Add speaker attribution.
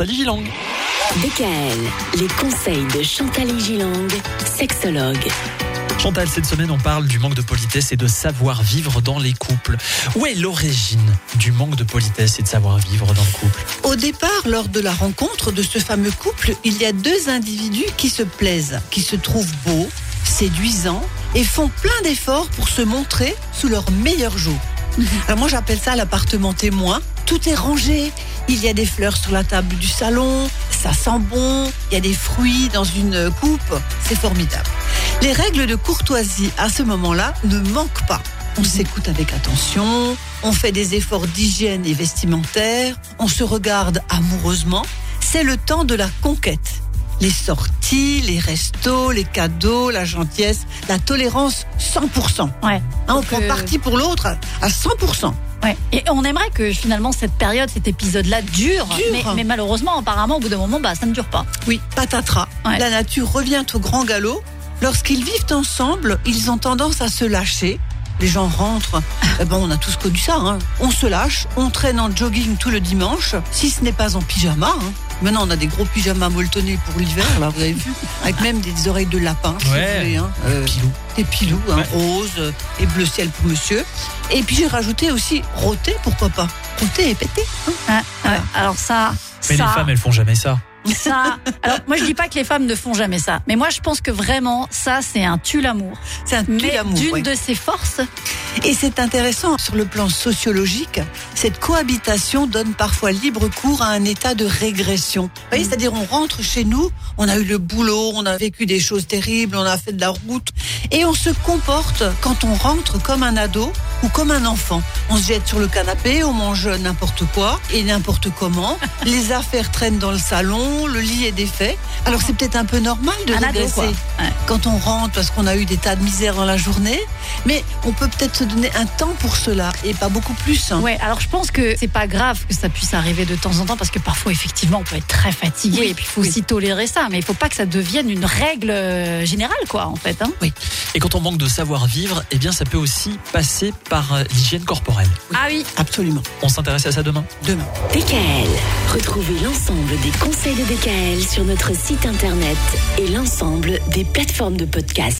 Speaker 1: Nathalie Gilang.
Speaker 2: DKL, les conseils de Chantal Gilang, sexologue.
Speaker 1: Chantal, cette semaine, on parle du manque de politesse et de savoir-vivre dans les couples. Où est l'origine du manque de politesse et de savoir-vivre dans le couple
Speaker 3: Au départ, lors de la rencontre de ce fameux couple, il y a deux individus qui se plaisent, qui se trouvent beaux, séduisants et font plein d'efforts pour se montrer sous leur meilleur jour. Alors moi j'appelle ça l'appartement témoin. Tout est rangé, il y a des fleurs sur la table du salon, ça sent bon, il y a des fruits dans une coupe, c'est formidable. Les règles de courtoisie à ce moment-là ne manquent pas. On
Speaker 4: Mhm.
Speaker 3: s'écoute avec attention, on fait des efforts d'hygiène et vestimentaire, on se regarde amoureusement. C'est le temps de la conquête. Les sorties, les restos, les cadeaux, la gentillesse, la tolérance 100%.
Speaker 4: Ouais.
Speaker 3: Hein, on
Speaker 4: Donc,
Speaker 3: prend
Speaker 4: euh,
Speaker 3: parti pour l'autre à 100%.
Speaker 4: ouais. Et on aimerait que finalement cette période, cet épisode-là dure,
Speaker 3: Dure.
Speaker 4: Mais, mais malheureusement, apparemment, au bout d'un moment, bah, ça ne dure pas.
Speaker 3: Oui, patatras.
Speaker 4: Ouais.
Speaker 3: La nature revient au grand galop. Lorsqu'ils vivent ensemble, ils ont tendance à se lâcher. Les gens rentrent. Eh ben, on a tous connu ça. hein. On se lâche, on traîne en jogging tout le dimanche, si ce n'est pas en pyjama. hein. Maintenant, on a des gros pyjamas molletonnés pour l'hiver, là, vous avez vu, avec même des oreilles de lapin, si
Speaker 1: Ouais.
Speaker 3: vous voulez, hein. Euh,
Speaker 1: Pilou.
Speaker 3: des pilous, hein,
Speaker 1: Ouais.
Speaker 3: rose euh, et bleu ciel pour monsieur. Et puis j'ai rajouté aussi roté, pourquoi pas. Roté et pété.
Speaker 4: Hein, ouais. Alors ça,
Speaker 1: Mais
Speaker 4: ça,
Speaker 1: les femmes, elles font jamais ça.
Speaker 4: ça. Alors moi, je dis pas que les femmes ne font jamais ça, mais moi, je pense que vraiment, ça, c'est un tue l'amour.
Speaker 3: C'est un tue
Speaker 4: Mais
Speaker 3: l'amour.
Speaker 4: d'une
Speaker 3: ouais.
Speaker 4: de ses forces.
Speaker 3: Et c'est intéressant, sur le plan sociologique, cette cohabitation donne parfois libre cours à un état de régression. Vous
Speaker 4: Mm.
Speaker 3: voyez, c'est-à-dire on rentre chez nous, on a eu le boulot, on a vécu des choses terribles, on a fait de la route, et on se comporte quand on rentre comme un ado ou comme un enfant. On se jette sur le canapé, on mange n'importe quoi et n'importe comment, les affaires traînent dans le salon, le lit est défait. Alors c'est peut-être un peu normal de
Speaker 4: Un ado,
Speaker 3: régresser
Speaker 4: quoi. Ouais.
Speaker 3: quand on rentre parce qu'on a eu des tas de misères dans la journée, mais on peut peut-être se donner un temps pour cela et pas beaucoup plus. hein.
Speaker 4: Ouais. Alors je pense que c'est pas grave que ça puisse arriver de temps en temps, parce que parfois, effectivement, on peut être très fatigué
Speaker 3: Oui,
Speaker 4: et puis il faut
Speaker 3: oui.
Speaker 4: aussi tolérer ça, mais il faut pas que ça devienne une règle euh, générale, quoi, en fait. hein.
Speaker 1: Et quand on manque de savoir-vivre, eh bien, ça peut aussi passer par euh, l'hygiène corporelle.
Speaker 4: Ah oui.
Speaker 3: Absolument.
Speaker 1: On s'intéresse à ça demain
Speaker 3: Demain.
Speaker 2: DKL, retrouvez l'ensemble des conseils de DKL sur notre site internet et l'ensemble des plateformes de podcast.